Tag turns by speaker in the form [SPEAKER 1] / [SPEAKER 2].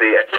[SPEAKER 1] días.